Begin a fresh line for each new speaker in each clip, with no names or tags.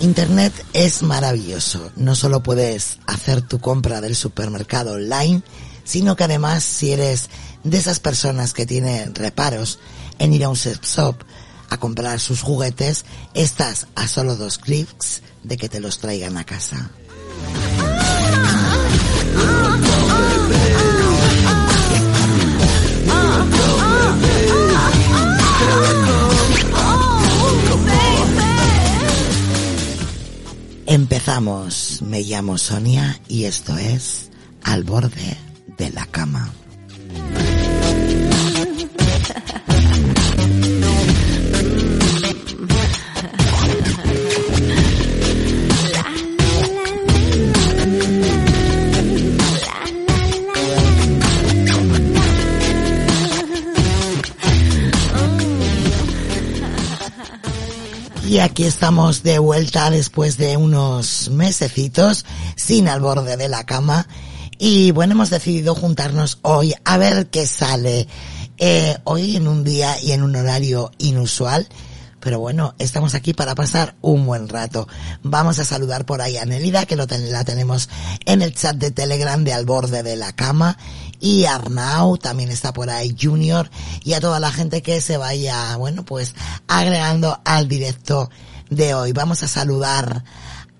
Internet es maravilloso. No solo puedes hacer tu compra del supermercado online, sino que además si eres de esas personas que tienen reparos en ir a un sex shop a comprar sus juguetes, estás a solo dos clics de que te los traigan a casa. Empezamos. Me llamo Sonia y esto es Al borde de la cama. Y aquí estamos de vuelta después de unos mesecitos sin al borde de la cama. Y bueno, hemos decidido juntarnos hoy a ver qué sale. Eh, hoy en un día y en un horario inusual. Pero bueno, estamos aquí para pasar un buen rato. Vamos a saludar por ahí a Nelida, que lo ten- la tenemos en el chat de Telegram de Al Borde de la Cama. Y Arnau, también está por ahí Junior. Y a toda la gente que se vaya, bueno, pues agregando al directo de hoy. Vamos a saludar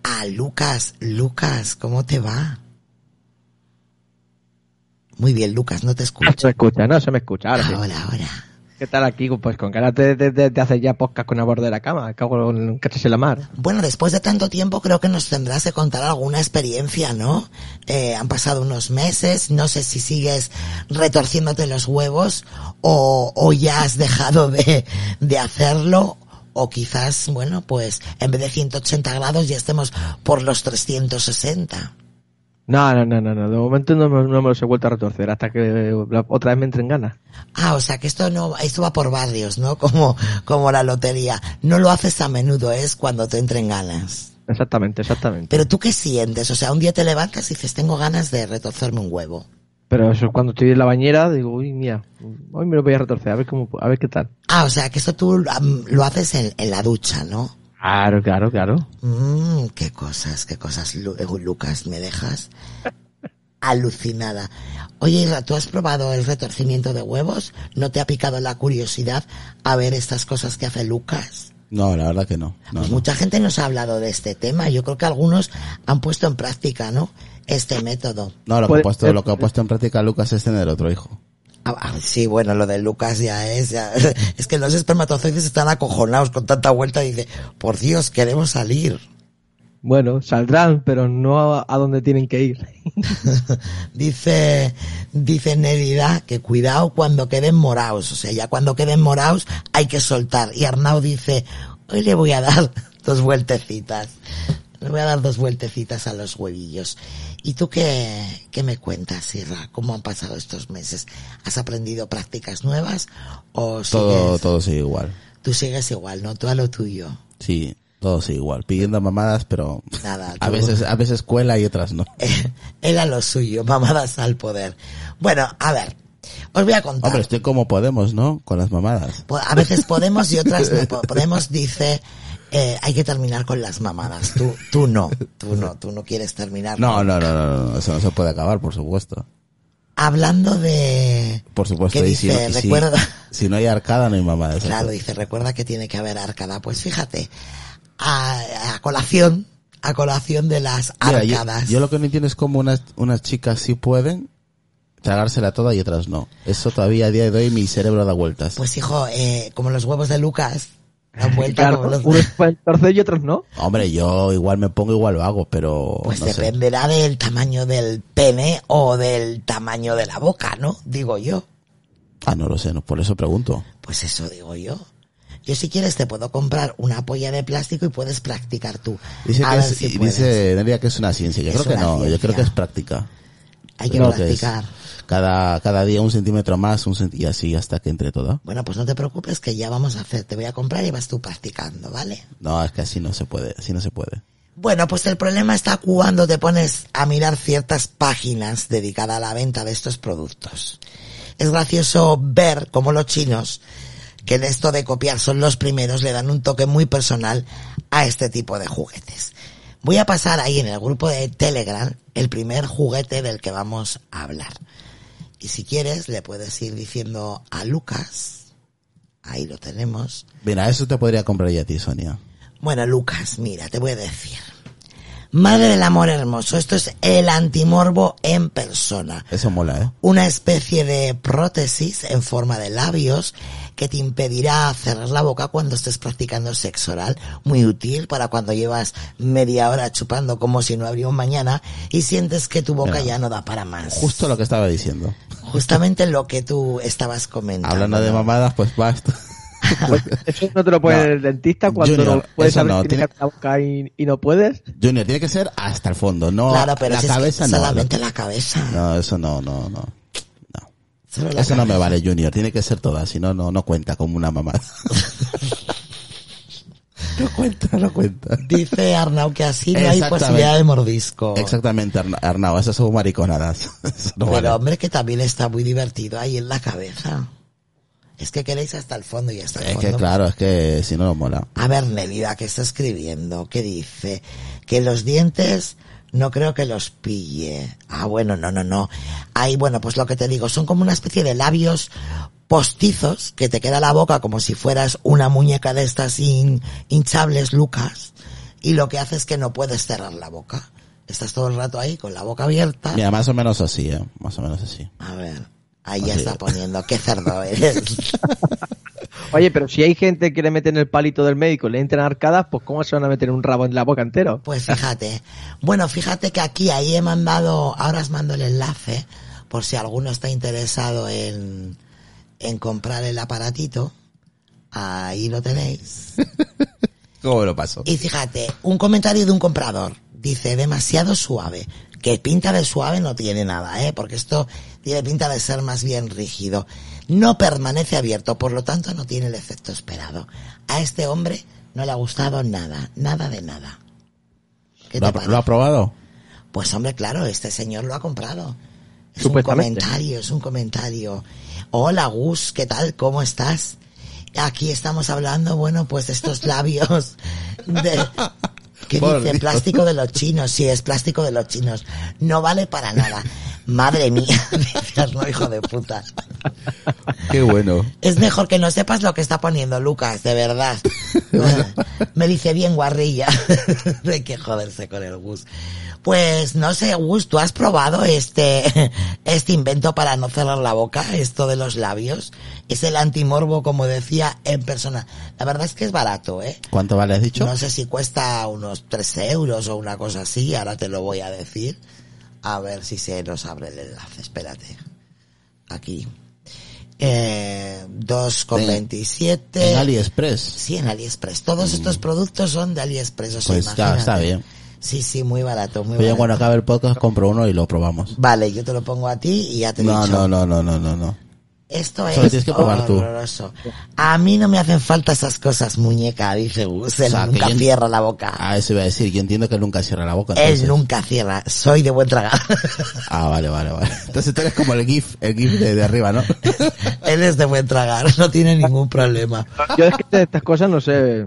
a Lucas. Lucas, ¿cómo te va? Muy bien, Lucas, no te
No
escucho.
se escucha, no se me escucha. Ahora
Ah,
sí.
Ahora, ahora.
¿Qué tal aquí? Pues con ganas de, de, de- de hacer ya podcast con a bordo de la cama. Cago en cachas en la mar.
Bueno, después de tanto tiempo creo que nos tendrás que contar alguna experiencia, ¿no? Eh, han pasado unos meses, no sé si sigues retorciéndote los huevos o, o ya has dejado de, de hacerlo o quizás, bueno, pues en vez de 180 grados ya estemos por los 360.
No, no, no, no, no. De momento no me, no me los he vuelto a retorcer hasta que eh, la- otra vez me entren ganas.
Ah, o sea que esto no, esto va por barrios, ¿no? Como, como la lotería. No lo haces a menudo, es cuando te entren ganas.
Exactamente, exactamente.
Pero tú qué sientes? O sea, un día te levantas y dices, tengo ganas de retorcerme un huevo.
Pero eso, cuando estoy en la bañera, digo, uy, mira, hoy me lo voy a retorcer, a ver, cómo, a ver qué tal.
Ah, o sea, que esto tú am, lo haces en, en la ducha, ¿no?
Claro, claro, claro.
Mmm, qué cosas, qué cosas, Lu- eh, Lucas, me dejas alucinada. Oye, Isra, ¿tú has probado el retorcimiento de huevos? ¿No te ha picado la curiosidad a ver estas cosas que hace Lucas?
No, la verdad que no. no,
Pues
no.
mucha gente nos ha hablado de este tema. Yo creo que algunos han puesto en práctica, ¿no? Este método.
No, lo que,
Puede-
ha puesto, lo que ha puesto en práctica Lucas es tener otro hijo.
Ah, ah, sí, bueno, lo de Lucas ya es, ya- es que los espermatozoides están acojonados con tanta vuelta y dice, por Dios, queremos salir.
Bueno, saldrán, pero no a, a donde tienen que ir.
dice, dice Nerida que cuidado cuando queden moraos. O sea, ya cuando queden moraos hay que soltar. Y Arnau dice, hoy le voy a dar dos vueltecitas. Le voy a dar dos vueltecitas a los huevillos. ¿Y tú qué, qué me cuentas, Sierra? ¿Cómo han pasado estos meses? ¿Has aprendido prácticas nuevas? ¿O
Todo,
sigues-
todo sigue igual.
tú sigues igual, no? Tú a lo tuyo.
Sí. Todos igual, pidiendo mamadas, pero
Nada,
a
tú-
veces, a veces cuela y otras no.
Él a lo suyo, mamadas al poder. Bueno, a ver, os voy a contar.
Hombre, estoy como Podemos, ¿no? Con las mamadas.
Po- Pues, A veces podemos y otras no. Po- Podemos dice, eh, hay que terminar con las mamadas. Tú, tú no, tú no, tú no quieres terminar.
No, no, no, no, no, eso no se puede acabar, por supuesto.
Hablando de...
Por supuesto,
¿Qué
y si,
dice?
y si-
Recuerda-
si no hay arcada, no hay mamadas.
Claro, dice, recuerda que tiene que haber arcada. Pues fíjate, a, a colación, a colación de las
Mira, yo-
arcadas.
Yo, lo que no entiendo es cómo unas, unas chicas sí pueden tragársela toda y otras no. Eso todavía a día de hoy mi cerebro da vueltas.
Pues hijo, eh, como los huevos de Lucas, dan vuelta como
Claro,
los...
unos para el torcer y otros no.
Hombre, yo igual me pongo, igual lo hago, pero
Pues
no sé.
dependerá del tamaño del pene o del tamaño de la boca, ¿no? Digo yo.
Ah, no lo sé, no, por eso pregunto.
Pues eso digo yo. Yo si quieres te puedo comprar una polla de plástico y puedes practicar tú.
Dice,
A
que
ver
es,
si
y
puedes.
dice Nerea que es una ciencia. Yo
Es
creo que
una
no, yo creo que
ciencia.
es práctica.
Hay que
Creo que es
practicar.
cada, cada día un centímetro más, un centi- y así hasta que entre todo.
Bueno, pues no te preocupes que ya vamos a hacer. Te voy a comprar y vas tú practicando, ¿vale?
No, es que así no se puede, así no se puede.
Bueno, pues el problema está cuando te pones a mirar ciertas páginas dedicadas a la venta de estos productos. Es gracioso ver cómo los chinos, que en esto de copiar son los primeros, le dan un toque muy personal a este tipo de juguetes. Voy a pasar ahí en el grupo de Telegram el primer juguete del que vamos a hablar. Y si quieres, le puedes ir diciendo a Lucas. Ahí lo tenemos.
Mira, eso te podría comprar ya a ti, Sonia.
Bueno, Lucas, mira, te voy a decir. Madre del amor hermoso, esto es el antimorbo en persona.
Eso mola, ¿eh?
Una especie de prótesis en forma de labios que te impedirá cerrar la boca cuando estés practicando sexo oral. Muy útil para cuando llevas media hora chupando como si no habría un mañana y sientes que tu boca
Mira,
ya no da para más.
Justo lo que estaba diciendo.
Justamente lo que tú estabas comentando.
Hablando de
¿no?
mamadas, pues basta.
Pues Eso no te lo pone
No.
el dentista cuando
Junior,
no puedes
eso
abrir
no,
tienes
tiene-
que abrir la boca y, y no puedes.
Junior, tiene que ser hasta el fondo, no
Claro, pero
la
si es que
cabeza no.
solamente la cabeza.
No, eso no, no, no. no.
Solo la
Eso no me
cabeza.
vale, Junior. Tiene que ser toda, si no, no, no cuenta como una mamada. no cuenta, no cuenta.
Dice Arnau que así no hay
Exactamente.
posibilidad de mordisco.
Exactamente, Arna- Arnau, esas son mariconadas. Eso no
Pero
vale.
hombre, que también está muy divertido ahí en la cabeza. Es que queréis hasta el fondo y hasta el
Es
fondo.
que claro, es que si no, no mola.
A ver, Nelida, que está escribiendo? ¿Qué dice? Que los dientes no creo que los pille. Ah, bueno, no, no, no. Ahí, bueno, pues lo que te digo, son como una especie de labios postizos que te queda la boca como si fueras una muñeca de estas hin- hinchables, Lucas, y lo que hace es que no puedes cerrar la boca. Estás todo el rato ahí con la boca abierta.
Mira, más o menos así, ¿eh? Más o menos así.
A ver, ahí ya
Así
está
es.
poniendo, qué cerdo eres.
Oye, pero si hay gente que le meten el palito del médico, le entran arcadas, pues ¿cómo se van a meter un rabo en la boca entero?
Pues fíjate. Bueno, fíjate que aquí, ahí he mandado, ahora os mando el enlace, por si alguno está interesado en, en comprar el aparatito. Ahí lo tenéis.
¿Cómo lo paso?
Y fíjate, un comentario de un comprador. Dice, demasiado suave. Que pinta de suave no tiene nada, ¿eh? Porque esto tiene pinta de ser más bien rígido. No permanece abierto, por lo tanto no tiene el efecto esperado. A este hombre no le ha gustado nada, nada de nada. ¿Qué te
¿Lo ha,
parece?
lo ha probado?
Pues hombre, claro, este señor lo ha comprado. Es un
Supuestamente.
comentario, es un comentario. Hola Gus, ¿qué tal? ¿Cómo estás? Aquí estamos hablando, bueno, pues de estos labios de... ¿Qué
Por
dice?
Dios.
Plástico de los chinos, sí, es plástico de los chinos. No vale para nada. Madre mía, dice Arno, hijo de puta.
Qué bueno.
Es mejor que no sepas lo que está poniendo Lucas, de verdad. Me dice bien guarrilla. Hay que joderse con el Gus. Pues no sé, Gus, ¿tú has probado este, este invento para no cerrar la boca? Esto de los labios. Es el antimorbo, como decía, en persona. La verdad es que es barato, ¿eh?
¿Cuánto vale, has dicho?
No sé si cuesta unos 3 euros o una cosa así, ahora te lo voy a decir. A ver si se nos abre el enlace, espérate. Aquí. Eh, 2,27.
En AliExpress.
Sí, en AliExpress. Todos estos productos son de AliExpress, o sea,
Pues está,
imagínate.
está bien.
Sí, sí, muy barato, muy
Oye,
barato.
cuando acabe el podcast compro uno y lo probamos.
Vale, yo te lo pongo a ti y ya te he
No,
dicho.
no, no, no, no, no, no.
Esto
Solo
es
tienes que probar tú.
horroroso. A mí no me hacen falta esas cosas, muñeca, dice Gus. Él
O sea, que
nunca
yo en-
cierra la boca.
Ah, eso iba a decir. Yo entiendo que él nunca cierra la boca.
Él
entonces.
nunca cierra. Soy de buen tragar.
Ah, vale, vale, vale. Entonces tú eres como el GIF, el GIF de, de arriba, ¿no?
Él es de buen tragar. No tiene ningún problema.
Yo es que de estas cosas no sé,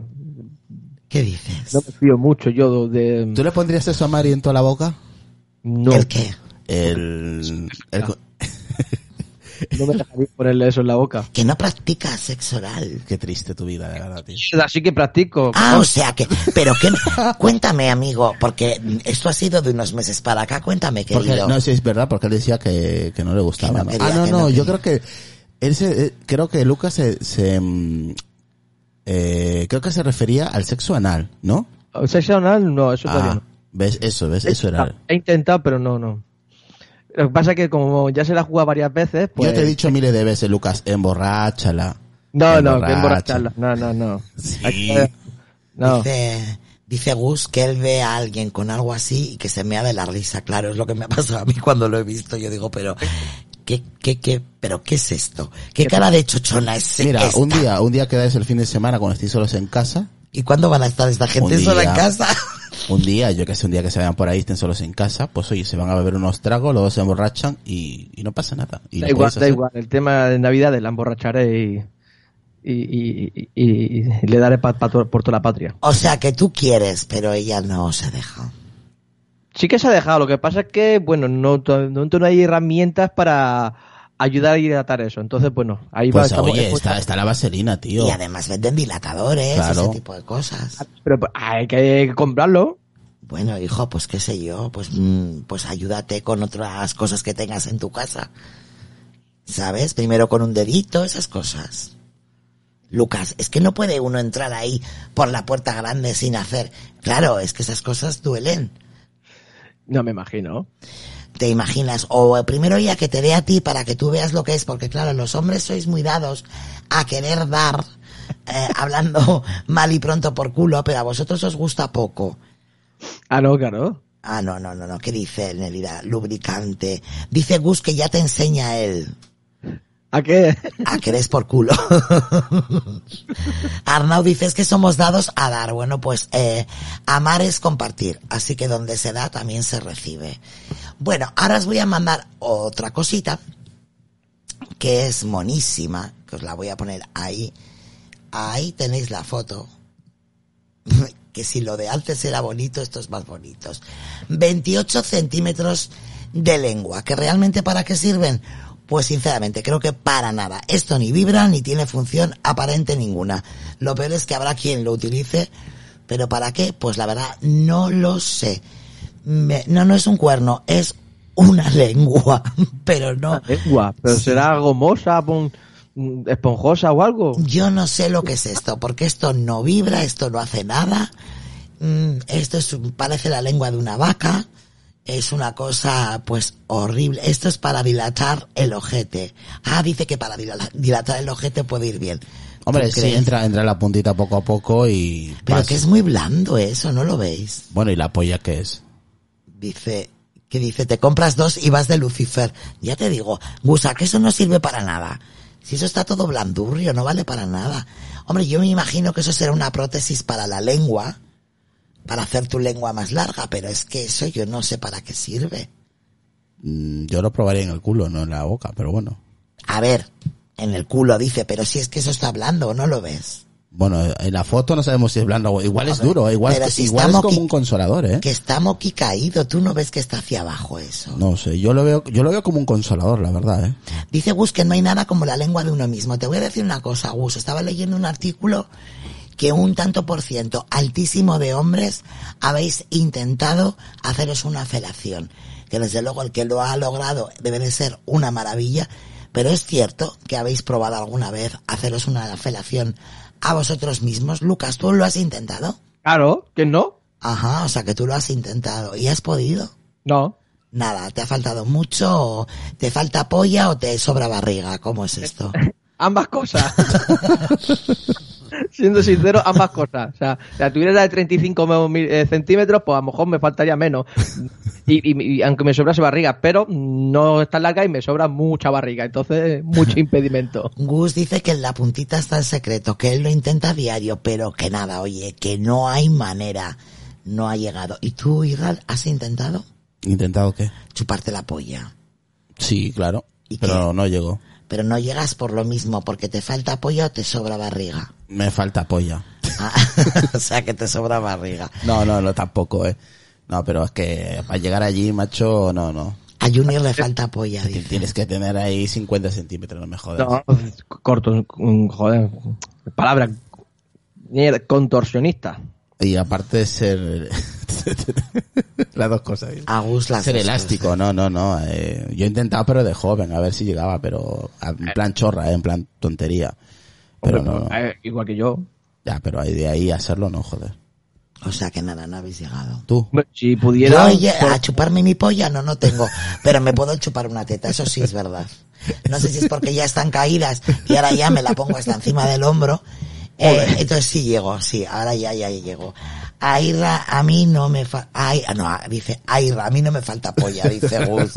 ¿Qué dices?
no me fío mucho yo de...
¿Tú le pondrías eso a Mari en toda la boca?
no,
¿El qué?
El... el co-
no me dejaría ponerle eso en la boca.
Que no practica sexo oral.
Qué triste tu vida, de verdad, tío.
Así que practico.
Ah, o sea que, pero que, cuéntame amigo, porque esto ha sido de unos meses para acá, cuéntame
Porque,
querido.
no, sí, es verdad, porque él decía que, que no le
Que
gustaba.
no
¿no?
quería,
ah, no,
que
no,
no
yo
quería.
creo que... Él se, eh, creo que Lucas se... se, mm, eh, creo que se refería al sexo anal, ¿no?
Sexo anal, no, eso Ah, todavía
Ah,
no.
¿ves? Eso, ¿ves? Eso era...
He intentado, pero no, no. Lo que pasa es que como ya se la juega varias veces, pues...
Yo te he dicho miles de veces, Lucas, emborráchala.
No, no, que
Emborracha.
emborracharla. No, no, no.
Sí.
Hay que- No.
Dice, dice Gus que él ve a alguien con algo así y que se mea de la risa. Claro, es lo que me ha pasado a mí cuando lo he visto. Yo digo, pero ¿qué, qué, qué, pero qué es esto? ¿Qué cara de chochona es
Mira,
esta?
un día, un día quedáis el fin de semana cuando estéis solos en casa.
¿Y cuándo van a estar esta gente
Un
sola
día.
en casa?
Un día, yo que sé, un día que se vayan por ahí, estén solos en casa, pues oye, se van a beber unos tragos, luego se emborrachan y, y no pasa nada. Y
Da
lo
igual,
podéis
da
hacer.
igual. El tema de Navidad la emborracharé y, y, y, y- y le daré pa- pa to- por toda la patria.
O sea que tú quieres, pero ella no se deja.
Sí que se ha dejado, lo que pasa es que, bueno, no, to- no, no hay herramientas para ayudar a hidratar eso. Entonces, bueno, ahí va.
Pues
estamos-
oye,
estamos-
está, está la vaselina, tío.
Y además venden dilatadores,
Claro.
ese tipo de cosas.
Pero pues, hay que comprarlo.
Bueno, hijo, pues qué sé yo, pues, mm, pues ayúdate con otras cosas que tengas en tu casa. ¿Sabes? Primero con un dedito, esas cosas. Lucas, es que no puede uno entrar ahí por la puerta grande sin hacer. Claro, es que esas cosas duelen.
No me imagino.
Te imaginas, o eh, primero ya que te dé a ti para que tú veas lo que es, porque claro, los hombres sois muy dados a querer dar, eh, hablando mal y pronto por culo, pero a vosotros os gusta poco.
Ah, no, claro.
Ah, no, no, no, no. ¿Qué dice Nelida? Lubricante. Dice Gus que ya te enseña él
¿A qué?
a que des por culo. Arnau dice "Es que somos dados a dar. Bueno, pues eh, amar es compartir. Así que donde se da también se recibe. Bueno, ahora os voy a mandar otra cosita que es monísima, que os la voy a poner ahí. Ahí tenéis la foto. que si lo de antes era bonito, esto es más bonito. 28 centímetros de lengua, que realmente para qué sirven? Pues sinceramente, creo que para nada. Esto ni vibra ni tiene función aparente ninguna. Lo peor es que habrá quien lo utilice, pero ¿para qué? Pues la verdad no lo sé. Me- no, no es un cuerno, es una lengua, pero no.
Lengua. Pero será gomosa, pon- mm, esponjosa o algo.
Yo no sé lo que es esto, porque esto no vibra, esto no hace nada. Mm, esto es, un- parece la lengua de una vaca. Es una cosa, pues, horrible. Esto es para dilatar el ojete. Ah, dice que para dila- dilatar el ojete puede ir bien.
Hombre,
¿Tú
sí,
crees?
entra, entra la puntita poco a poco y...
Pero
vas.
que es muy blando eso, ¿no lo veis?
Bueno, ¿y la polla qué es?
Dice, que dice, te compras dos y vas de Lucifer. Ya te digo, Gusa, que eso no sirve para nada. Si eso está todo blandurrio, no vale para nada. Hombre, yo me imagino que eso será una prótesis para la lengua, para hacer tu lengua más larga, pero es que eso yo no sé para qué sirve.
Mm, Yo lo probaría en el culo, no en la boca, pero bueno.
A ver, en el culo dice, pero si es que eso está blando, ¿no lo ves?
Bueno, en la foto no sabemos si es blando o igual es duro, igual,
pero si
igual es
estamos
como
aquí-
un consolador, ¿eh?
Que está moqui caído, tú no ves que está hacia abajo eso.
No sé, yo lo veo, yo lo veo como un consolador, la verdad, ¿eh?
Dice Gus que no hay nada como la lengua de uno mismo. Te voy a decir una cosa, Gus. Estaba leyendo un artículo que un tanto por ciento altísimo de hombres habéis intentado haceros una felación. Que desde luego el que lo ha logrado debe de ser una maravilla. Pero es cierto que habéis probado alguna vez haceros una felación a vosotros mismos. Lucas, ¿tú lo has intentado?
Claro, que no.
Ajá, o sea que tú lo has intentado y has podido.
No.
Nada, ¿te ha faltado mucho? o ¿Te falta Eh, polla o te sobra barriga? ¿Cómo es esto?
Ambas cosas. siendo sincero, ambas cosas. O sea, si la tuviera la de 35 mil, eh, centímetros, pues a lo mejor me faltaría menos. Y, y- y aunque me sobrase barriga, pero no es tan larga y me sobra mucha barriga. Entonces, mucho impedimento.
Gus dice que en la puntita está el secreto, que él lo intenta a diario, pero que nada, oye, que no hay manera, no ha llegado. ¿Y tú, Irral, has intentado
¿Intentado qué?
chuparte la polla?
Sí, claro.
¿Y
Pero no llegó.
Pero no llegas por lo mismo, porque te falta polla o te sobra barriga.
Me falta polla.
Ah, o sea, que te sobra barriga.
No, no, no, tampoco, eh. No, pero es que para llegar allí, macho, no, no.
A Junior le falta polla,
Ti-
dice.
Tienes que tener ahí 50 centímetros, no me jodas.
No, corto, mm, joder, palabra mierda, contorsionista.
Y aparte de ser... Las dos cosas. ¿eh?
A Gus las
Ser
dos
elástico, no, no, no. eh, yo he intentado, pero de joven, a ver si llegaba, pero a- en plan chorra, eh, en plan tontería. Pero no, no.
Eh, igual que yo.
Ya, pero ahí de ahí a hacerlo, no, joder.
cosas. O sea, que nada, no habéis llegado.
Tú.
Hombre, Si
Yo,
pudiera.
oye,
por-
a chuparme mi polla no, no tengo, pero me puedo chupar una teta, eso sí es verdad. No sé si es porque ya están caídas y ahora ya me la pongo hasta encima del hombro. Eh, entonces sí llego, sí, ahora ya, ya llego. A Irra, a mí no me falta, no, a- dice, a Irra, a mí no me falta polla, dice Gus.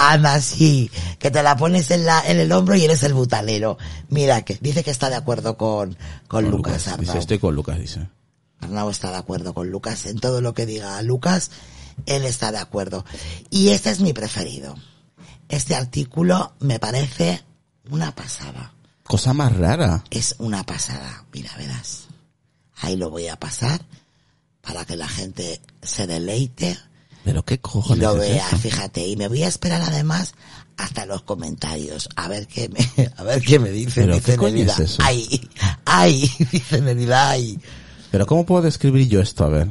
Ana, sí, que te la pones en la, en el hombro y eres el butalero. Mira que, dice que está de acuerdo con, con,
Con
Lucas, Arnau.
Dice, estoy con Lucas, dice.
Arnau está de acuerdo con Lucas. En todo lo que diga Lucas, él está de acuerdo. Y este es mi preferido. Este artículo me parece una pasada.
Cosa más rara.
Es una pasada. Mira, verás. Ahí lo voy a pasar para que la gente se deleite
Pero qué
y
cojones
lo
es
vea,
eso?
fíjate. Y me voy a esperar además hasta los comentarios. A ver qué me, a ver qué me dicen.
¿Pero
dice
qué coño
Nerida.
es eso?
Ay, ay, dice Nerida, ay.
Pero ¿cómo puedo describir yo esto? A ver.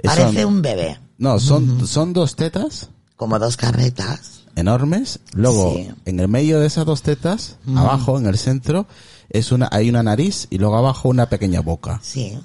Eh, son-
Parece un bebé.
No, son, son dos tetas
Como dos carretas.
enormes. Luego,
Sí.
en el medio de esas dos tetas, abajo, en el centro, es una, hay una nariz y luego abajo una pequeña boca.
Sí.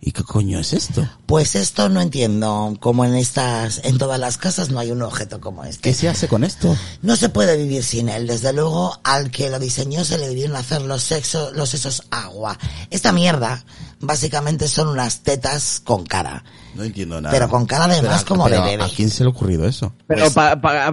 ¿Y qué coño es esto?
Pues esto no entiendo, como en estas, en todas las casas no hay un objeto como
¿Qué
este.
se hace con esto?
No se puede vivir sin él, desde luego al que lo diseñó se le debieron hacer los sexos, los sesos agua. Esta mierda, básicamente son unas tetas con cara.
No entiendo nada.
Pero con cara además como
Ah. pero
de bebé.
¿A quién se le ha ocurrido eso?
Pero para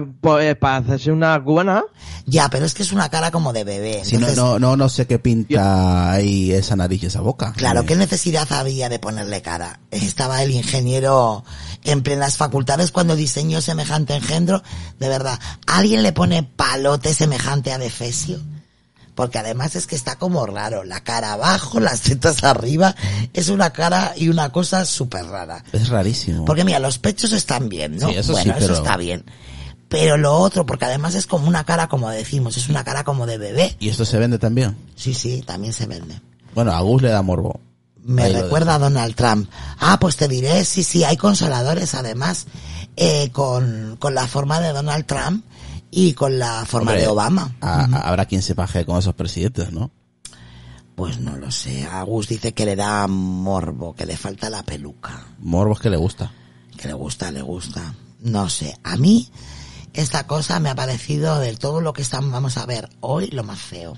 hacerse una cubana,
Ya, pero es que es una cara como de bebé.
Si no,
entonces,
no, no, no sé qué pinta ahí esa nariz y esa boca.
Claro,
Eh,
¿qué necesidad había de ponerle cara? Estaba el ingeniero en plenas facultades cuando diseñó semejante engendro. De verdad, ¿alguien le pone palote semejante a Defesio? Porque además es que está como raro, la cara abajo, las tetas arriba, es una cara y una cosa súper rara.
Es rarísimo.
Porque mira, los pechos están bien, ¿no?
Sí, eso sí,
bueno, eso
pero-
está bien. Pero lo otro, porque además es como una cara, como decimos, es una cara como de bebé.
¿Y esto se vende también?
Sí, sí, también se vende.
Bueno, a Gus le da morbo.
Me
Ahí lo
recuerda a Donald Trump. Ah, pues te diré, sí, sí, hay consoladores además eh, con, con la forma de Donald Trump y con la forma
Hombre,
de Obama.
a- a- habrá quien se paje con esos presidentes, ¿no?
Pues no lo sé. Agus dice que le da morbo, que le falta la peluca.
Morbos que le gusta.
Que le gusta, le gusta. No sé. A mí esta cosa me ha parecido de todo lo que estamos, vamos a ver hoy, lo más feo.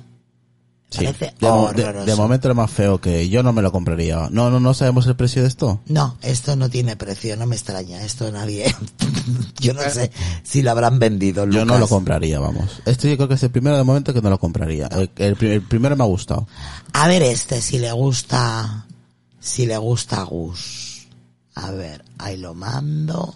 Parece
de, mo- de-
horroroso.
de momento lo más feo que yo no me lo compraría. No, no, no sabemos el precio de esto.
No, esto no tiene precio, no me extraña. Esto nadie. Yo no sé si lo habrán vendido.
Yo no
Lucas.
lo compraría, vamos. Este yo creo que es el primero de momento que no lo compraría. El, el pri- el primero me ha gustado.
A ver este, si le gusta, si le gusta a Gus. A ver, ahí lo mando.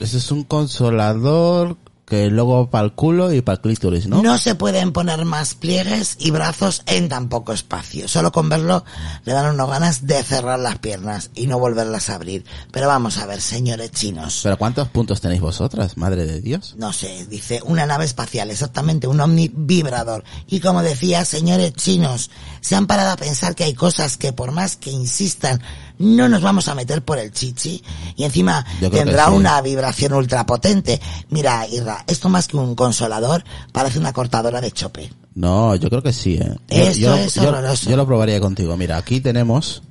Ese es un consolador que luego para el culo y para el clítoris, ¿no?
¿No? se pueden poner más pliegues y brazos en tan poco espacio. Solo con verlo le dan unas ganas de cerrar las piernas y no volverlas a abrir. Pero vamos a ver, señores chinos.
Pero ¿cuántos puntos tenéis vosotras, madre de Dios?
No sé, dice una nave espacial, exactamente, un ovni vibrador. Y como decía, señores chinos, se han parado a pensar que hay cosas que por más que insistan, no nos vamos a meter por el chichi. Y encima
Yo creo que
tendrá
sí.
una vibración ultrapotente. Mira, Irra, esto más que un consolador, parece una cortadora de chope.
No, yo creo que sí, ¿eh? Yo-
Esto
yo,
es
yo-
horroroso.
yo lo probaría contigo. Mira, aquí tenemos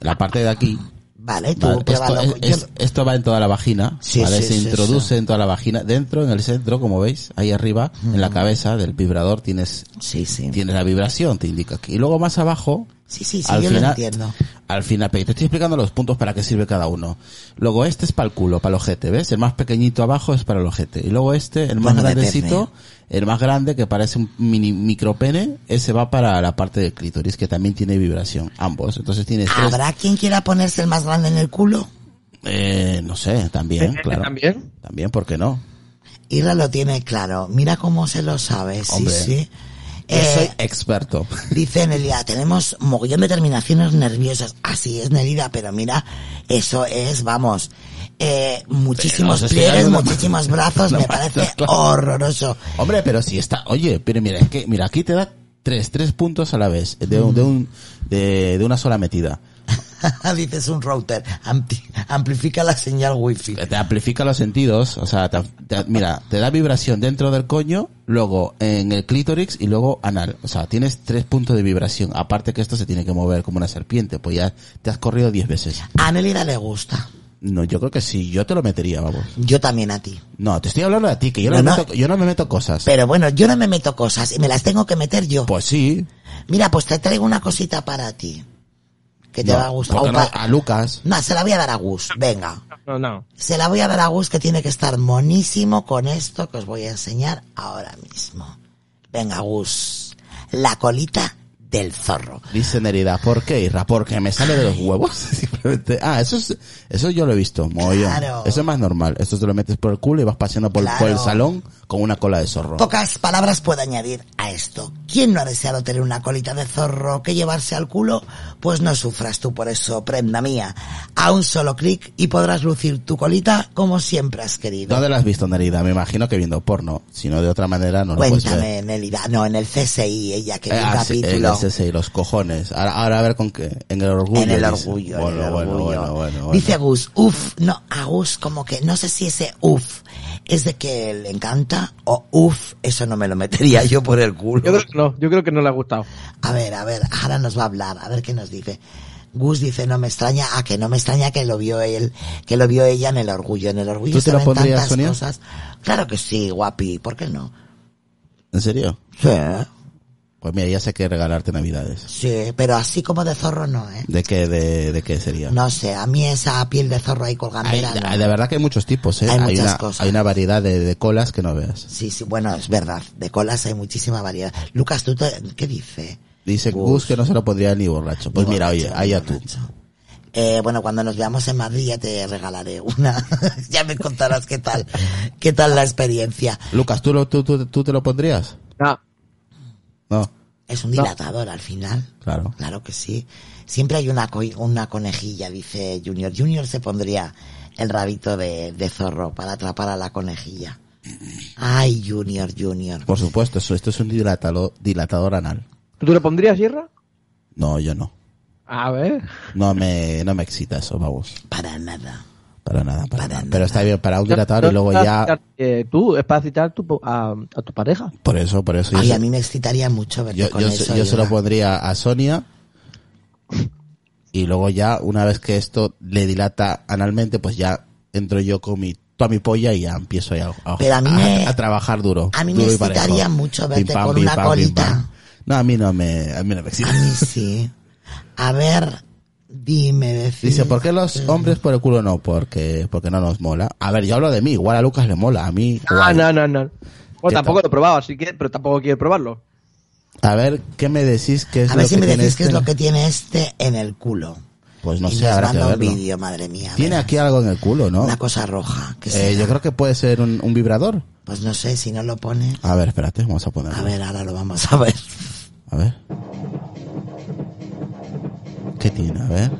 la parte de aquí.
Vale, tú
Vale, pues esto,
pruébalo. Yo-
es- esto va en toda la vagina,
Sí,
¿vale?
sí,
se
sí,
introduce
sí.
en toda la vagina, dentro, en el centro, como veis, ahí arriba, en la cabeza del vibrador tienes,
Sí, sí.
tienes la vibración, te indica aquí. Y luego más abajo
Sí, sí, sí,
Al
yo lo
final-
entiendo.
Al final, pero yo te estoy explicando los puntos para qué sirve cada uno. Luego este es para el culo, para el ojete, ¿ves? El más pequeñito abajo es para el ojete. Y luego este, el más
Bueno,
grandecito, el más grande que parece un mini micropene, ese va para la parte del clítoris que también tiene vibración, ambos. Entonces tienes tres,
¿Habrá quien quiera ponerse el más grande en el culo?
eh, no sé, también,
Eh,
claro.
también.
También, ¿por qué no?
Ira lo tiene claro. Mira cómo se lo sabe. Sí,
Hombre.
sí.
Yo
Eh,
soy experto.
Dice Nelida, tenemos mogollón de terminaciones nerviosas. Así es, Nelida, pero mira, eso es, vamos, eh, muchísimos
Pero, o sea,
pliegues,
si hay una-
muchísimos brazos, me
una
parece
masterclass.
horroroso.
Hombre, pero si está, oye, pero mira, es que, mira, aquí te da tres, tres puntos a la vez, de, un- de un, de, de una sola metida.
Dices un router, ampli- amplifica la señal wifi.
Te amplifica los sentidos, o sea, te, te- mira, te da vibración dentro del coño, luego en el clítoris y luego anal. O sea, tienes tres puntos de vibración. Aparte que esto se tiene que mover como una serpiente, pues ya te has corrido diez veces.
A Nelida le gusta.
No, yo creo que sí, yo te lo metería, vamos.
Yo también a ti.
No, te estoy hablando de ti, que yo no,
No,
me
no.
Meto, yo no me meto cosas.
Pero bueno, yo no me meto cosas y me las tengo que meter yo.
pues sí.
Mira, pues te traigo una cosita para ti. Que te
No,
va a gustar.
¿por qué
O
no?
pa-
a Lucas.
No, se la voy a dar a Gus. Venga.
No, no.
Se la voy a dar a Gus que tiene que estar monísimo con esto que os voy a enseñar ahora mismo. Venga, Gus. La colita del zorro.
Dice Nerida, ¿por qué, Irra? Porque me sale de los huevos. Simplemente. Ah, eso es, eso yo lo he visto, mogollón.
Claro.
Eso es más normal. Esto te lo metes por el culo y vas paseando por, por el
Claro.
salón con una cola de zorro.
Pocas palabras puedo añadir a esto. ¿Quién no ha deseado tener una colita de zorro que llevarse al culo? Pues no sufras tú por eso, prenda mía. A un solo clic y podrás lucir tu colita como siempre has querido.
¿Dónde la has visto, Nerida? Me imagino que viendo porno. Si no, de otra manera no lo puedes ver.
Cuéntame, Nelida. No, en el CSI, ella que
pues, Eh,
vi un
ah, sí, el
capítulo.
SS y los cojones. Ahora, ahora a ver con qué. En el orgullo.
en el
dice.
orgullo,
Bueno,
en el
bueno,
orgullo.
bueno, bueno, bueno.
Dice Gus, uff, no, a Gus como que, no sé si ese uff es de que le encanta o uff, eso no me lo metería yo por el
Yo
culo.
creo que no, yo creo que no le ha gustado.
A ver, a ver, ahora nos va a hablar, a ver qué nos dice. Gus dice, no me extraña, a que no me extraña que lo vio él, que lo vio ella en el orgullo, en el orgullo.
¿Tú te lo
saben
pondrías,
tantas
Sonia?
cosas. Claro que sí, guapi, ¿por qué no?
¿En serio?
Sí,
Pues mira, ya sé que regalarte navidades.
sí, pero así como de zorro no, ¿eh?
¿De qué, de, de qué sería?
No sé, a mí esa piel de zorro ahí
Hay-
colgandera. no.
de verdad que hay muchos tipos, ¿eh?
Hay muchas
una,
cosas.
hay una variedad de, de colas que no veas.
Sí, sí, bueno, es verdad. De colas hay muchísima variedad. Lucas, ¿tú te- qué dice?
Dice
Gus.
Gus que no se lo pondría ni borracho. Pues
Ni
mira,
borracho,
oye, allá
ni
tú.
borracho. Eh, bueno, cuando nos veamos en Madrid ya te regalaré una. ya me contarás qué tal, qué tal la experiencia.
Lucas, ¿tú, lo, tú, tú, tú te lo pondrías?
No.
No,
Es un dilatador al final.
claro.
Claro que sí. Siempre hay una, coi- una conejilla, dice Junior. Junior se pondría el rabito de, de zorro para atrapar a la conejilla. Ay, Junior, Junior.
Por supuesto, eso, esto es un dilatalo- dilatador anal.
¿Tú le pondrías sierra?
No, yo no.
A ver.
No me, no me excita eso, vamos.
Para nada.
Para nada, para,
Para
nada.
nada.
Pero está bien, para un dilatador y luego
Es para
ya...
citar, eh, tú, es para citar tu po- a, a tu pareja.
Por eso, por eso. Yo,
Ay,
se-
a mí me excitaría mucho verte
yo,
con
yo
eso.
se- yo se lo
Yoda.
pondría a Sonia. Y luego ya, una vez que esto le dilata analmente, pues ya entro yo con mi, toda mi polla y ya empiezo ya a, a-
Pero a mí me-
a trabajar duro.
a mí me
duro y parejo.
excitaría mucho verte con una colita.
No, a mí no me, a mí no me excita.
A mí sí. A ver, dime, decir.
Dice, ¿por qué los hombres por el culo no? Porque, porque no nos mola. A ver, yo hablo de mí, igual a Lucas le mola, a mí.
Ah,
igual.
no, no, no. Bueno,
¿Qué
tampoco
tal?
lo he probado, así que, pero tampoco quiero probarlo.
A ver, ¿qué me decís que es
A
lo
ver si
que
me
tiene
decís qué es
este?
lo que tiene este en el culo.
Pues no
y
sé,
nos
habrá que
manda un
verlo.
vídeo, madre mía. a
Tiene
ver,
aquí algo en el culo, ¿no?
Una cosa roja. que
Eh,
será?
yo creo que puede ser un, un vibrador.
Pues no sé, si no lo pone.
A ver, espérate, vamos a ponerlo.
A ver, ahora lo vamos a ver.
A ver. ¿Qué tiene? A ver.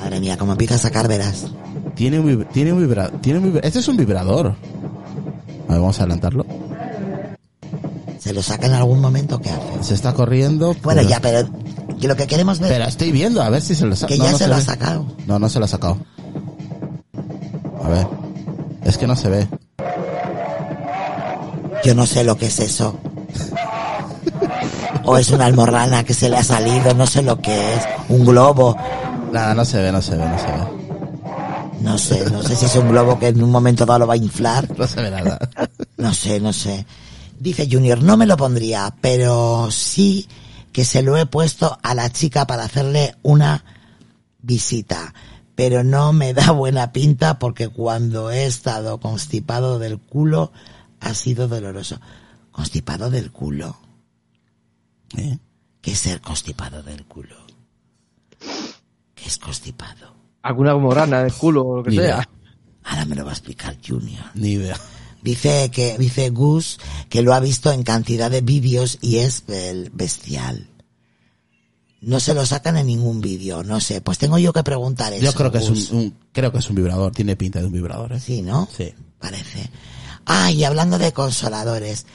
Madre mía, como empieza a sacar, verás.
Tiene un, vib- tiene un vibrador. Tiene un vibra- este es un vibrador. A ver, vamos a adelantarlo.
¿Se lo saca en algún momento? ¿Qué hace?
Se está corriendo.
Bueno,
pero-
ya, pero que lo que queremos ver
Pero estoy viendo, a ver si se lo saca.
que
No,
ya
no
se,
se
lo ha
ve.
sacado.
No, no se lo ha sacado. A ver. Es que no se ve.
Yo no sé lo que es eso. O es una almorrana que se le ha salido, no sé lo que es. Un globo.
Nada, no se ve, no se ve, no se ve.
No sé, no sé si es un globo que en un momento dado lo va a inflar.
No se ve nada.
No sé, no sé. Dice Junior, no me lo pondría, pero sí que se lo he puesto a la chica para hacerle una visita. Pero no me da buena pinta porque cuando he estado constipado del culo ha sido doloroso. Constipado del culo.
¿Eh?
¿Qué es ser constipado del culo? ¿Qué es constipado?
Alguna morana del culo o lo que
Ni
sea.
idea.
Ahora me lo va a explicar Junior.
Ni idea.
Dice que dice Gus que lo ha visto en cantidad de vídeos y es el bestial. No se lo sacan en ningún vídeo, no sé. Pues tengo yo que preguntar eso.
Yo creo que es
Gus.
un, un- creo que es un vibrador, tiene pinta de un vibrador, ¿eh?
Sí, ¿no?
Sí.
Parece. Ah, y hablando de consoladores.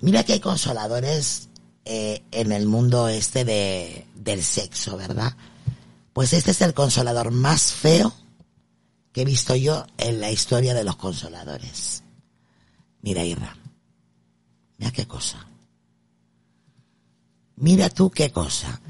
Mira que hay consoladores eh, en el mundo este de, del sexo, ¿verdad? Pues este es el consolador más feo que he visto yo en la historia de los consoladores. Mira, Irra. Mira qué cosa. Mira tú qué cosa.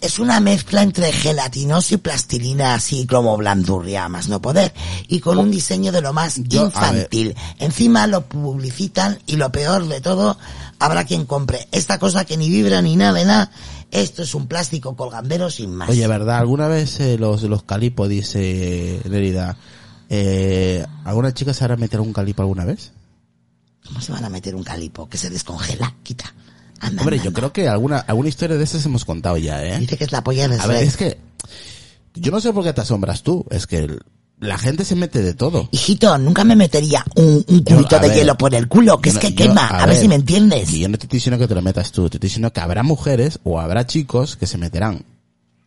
Es una mezcla entre gelatinoso y plastilina, así como blandurria, a más no poder, y con un diseño de lo más
Yo, a
infantil. Encima lo publicitan y lo peor de todo, habrá quien compre esta cosa que ni vibra ni nada, de nada. Esto es un plástico colgandero sin más.
Oye, ¿verdad? ¿Alguna vez eh, los, los calipos, dice Nerida, eh, ¿alguna chica se hará meter un calipo alguna vez?
¿Cómo se van a meter un calipo que se descongela? Quita. Anda,
Hombre,
anda,
yo
anda.
creo que alguna, alguna historia de esas hemos contado ya, ¿eh?
Dice que es la polla de
A ver,
Shrek.
es que, yo no sé por qué te asombras tú, es que el- la gente se mete de todo.
Hijito, nunca me metería un, un
Yo,
cubito
a
de
ver,
hielo por el culo, que
yo
es
no-
que
yo-
quema. A, ver, si me entiendes.
y yo no te estoy diciendo que te lo metas tú, te estoy diciendo que habrá mujeres o habrá chicos que se meterán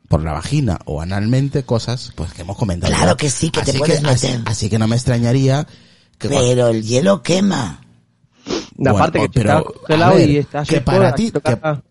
por la vagina o analmente cosas pues que hemos comentado.
Claro
ya.
que sí, que te
Así
puedes
así-
meter.
Así, que no me extrañaría que cuando-
Pero el hielo quema.
La
Bueno, pues,
parte que
pero,
está congelado
a ver,
y está
que
así
para
fuera,
ti-
así toca-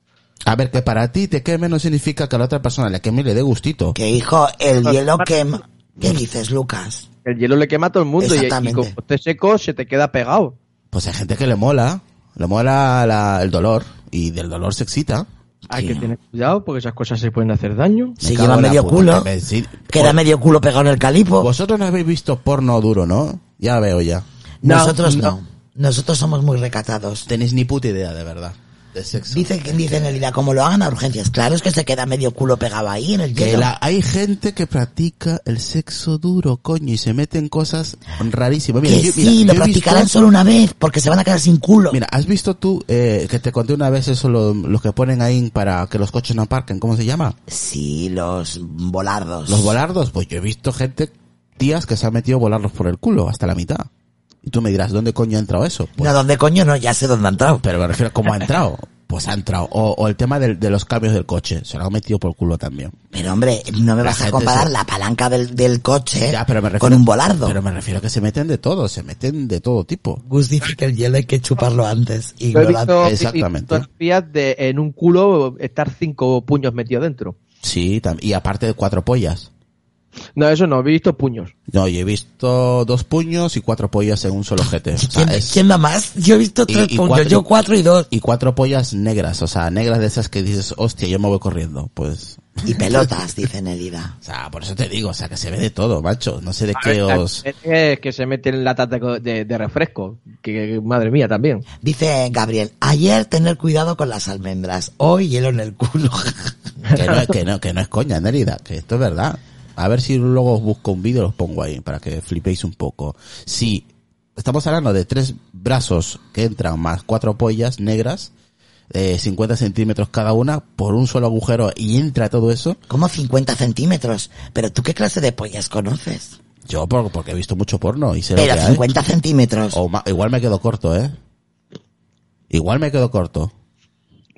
a ver, que para ti te queme no significa que a la otra persona le queme y le dé gustito.
Que hijo, el
Pues,
hielo
par-
quema. ¿Qué
Pues,
dices, Lucas?
El hielo le quema a todo el mundo y, y
Exactamente.
como esté seco se te queda pegado.
Pues hay gente que le mola, le mola la- el dolor y del dolor se excita.
Hay
Sí.
que tener cuidado porque esas cosas se pueden hacer daño.
Se
cago
lleva
en la
medio
puta,
culo.
que me- sí.
Queda medio culo pegado en el calipo.
Vosotros no habéis visto porno duro, ¿no? Ya veo ya.
No,
Nosotros no.
no.
Nosotros somos muy recatados.
Tenéis ni puta idea de verdad de sexo.
Dice que dice Nerida, como lo hagan a urgencias. Claro, es que se queda medio culo pegado ahí en el
Que
hielo.
la- hay gente que practica el sexo duro, coño, y se meten cosas rarísimas. Mira,
Que
yo- mira,
sí,
yo
lo
he
practicarán
visto-
solo una vez, porque se van a quedar sin culo.
Mira, ¿has visto tú eh, que te conté una vez eso, lo- los que ponen ahí para que los coches no aparquen? ¿Cómo se llama?
Sí, los volardos.
Los volardos. Pues yo he visto gente, tías, que se han metido volardos por el culo hasta la mitad. Y tú me dirás, ¿dónde coño ha entrado eso? Pues,
No, ¿dónde coño? No, ya sé dónde han entrado.
Pero me refiero, ¿cómo ha entrado? Pues ha entrado. O, o el tema del- de, los cambios del coche. Se lo han metido por el culo también.
Pero hombre, no me
La
vas a
gente
comparar
se-
la palanca del, del coche
Ya, pero me refiero-
Eh, con un volardo.
Pero me refiero a que se meten de todo, se meten de todo tipo.
Gus dice que el hielo hay que chuparlo antes. Y
Yo he
no lo
visto
hace.
exactamente.
fotografías de en un culo estar cinco puños metidos dentro.
Sí, tam- y aparte de cuatro pollas.
No, eso no, he visto puños.
No, yo he visto dos puños y cuatro pollas en un solo jete. O sea,
¿Quién,
es-
quién da más? Yo he visto
Y-
tres
y
puntos,
cuatro-
yo cuatro y dos.
y cuatro pollas negras, o sea, negras de esas que dices, hostia, yo me voy corriendo. Pues,
Y pelotas, dice Nelida.
o sea, por eso te digo, o sea, que se ve de todo, macho. No sé de
A
qué
ver, la-
os...
es que- que se meten latas de, co- de- de refresco. Que, que- madre mía, también.
Dice Gabriel, ayer tener cuidado con las almendras, hoy hielo en el culo.
Que no, que no, que no es coña, Nerida, que esto es verdad. A ver si luego os busco un vídeo y los pongo ahí para que flipéis un poco. Sí, estamos hablando de tres brazos que entran más cuatro pollas negras, eh, 50 centímetros cada una, por un solo agujero y entra todo eso.
Como 50 centímetros. Pero tú qué clase de pollas conoces?
Yo por- porque he visto mucho porno y sé lo
Pero
que hay.
50 centímetros.
O ma- igual me quedo corto, ¿eh? Igual me quedo corto.